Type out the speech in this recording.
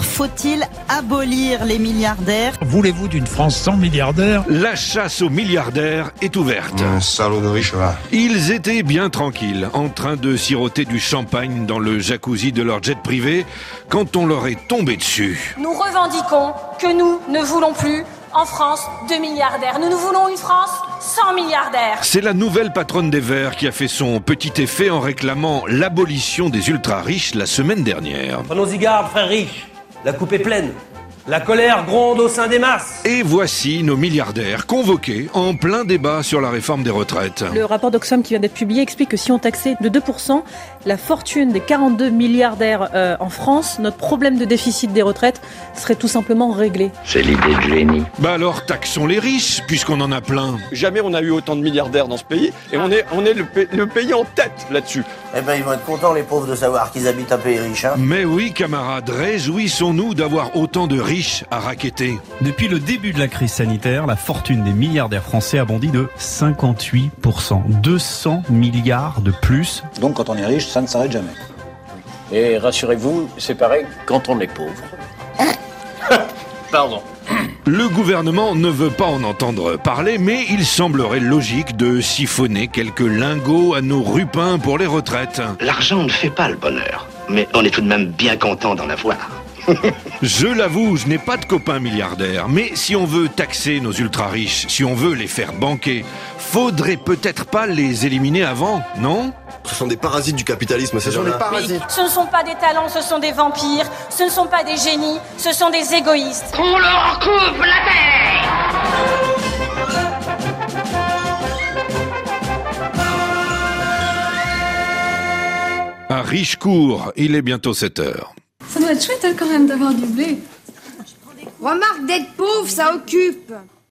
Faut-il abolir les milliardaires Voulez-vous d'une France sans milliardaires La chasse aux milliardaires est ouverte. Un salaud de riche, va. Ils étaient bien tranquilles, en train de siroter du champagne dans le jacuzzi de leur jet privé, quand on leur est tombé dessus. Nous revendiquons que nous ne voulons plus en France de milliardaires. Nous, nous voulons une France sans milliardaires. C'est la nouvelle patronne des Verts qui a fait son petit effet en réclamant l'abolition des ultra-riches la semaine dernière. Prenons-y garde, frères riches. La coupe est pleine. La colère gronde au sein des masses. Et voici nos milliardaires convoqués en plein débat sur la réforme des retraites. Le rapport d'Oxfam qui vient d'être publié explique que si on taxait de 2% la fortune des 42 milliardaires euh, en France, notre problème de déficit des retraites serait tout simplement réglé. C'est l'idée de génie. Bah alors taxons les riches, puisqu'on en a plein. Jamais on a eu autant de milliardaires dans ce pays, et on est, on est le, pa- le pays en tête là-dessus. Eh ben, ils vont être contents, les pauvres, de savoir qu'ils habitent un pays riche. Hein. Mais oui, camarades, réjouissons-nous d'avoir autant de riches à raqueter. Depuis le début de la crise sanitaire, la fortune des milliardaires français a bondi de 58%. 200 milliards de plus. Donc quand on est riche, ça ne s'arrête jamais. Et rassurez-vous, c'est pareil quand on est pauvre. Pardon. Le gouvernement ne veut pas en entendre parler, mais il semblerait logique de siphonner quelques lingots à nos rupins pour les retraites. L'argent ne fait pas le bonheur, mais on est tout de même bien content d'en avoir. Je l'avoue, je n'ai pas de copains milliardaires, mais si on veut taxer nos ultra-riches, si on veut les faire banquer, faudrait peut-être pas les éliminer avant, non Ce sont des parasites du capitalisme, ces gens-là. Mais ce ne sont pas des talents, ce sont des vampires, ce ne sont pas des génies, ce sont des égoïstes. Qu'on leur coupe la tête À Richecourt, il est bientôt 7 heures. Ça doit être chouette hein, quand même d'avoir du blé. Remarque d'être pauvre, ça occupe.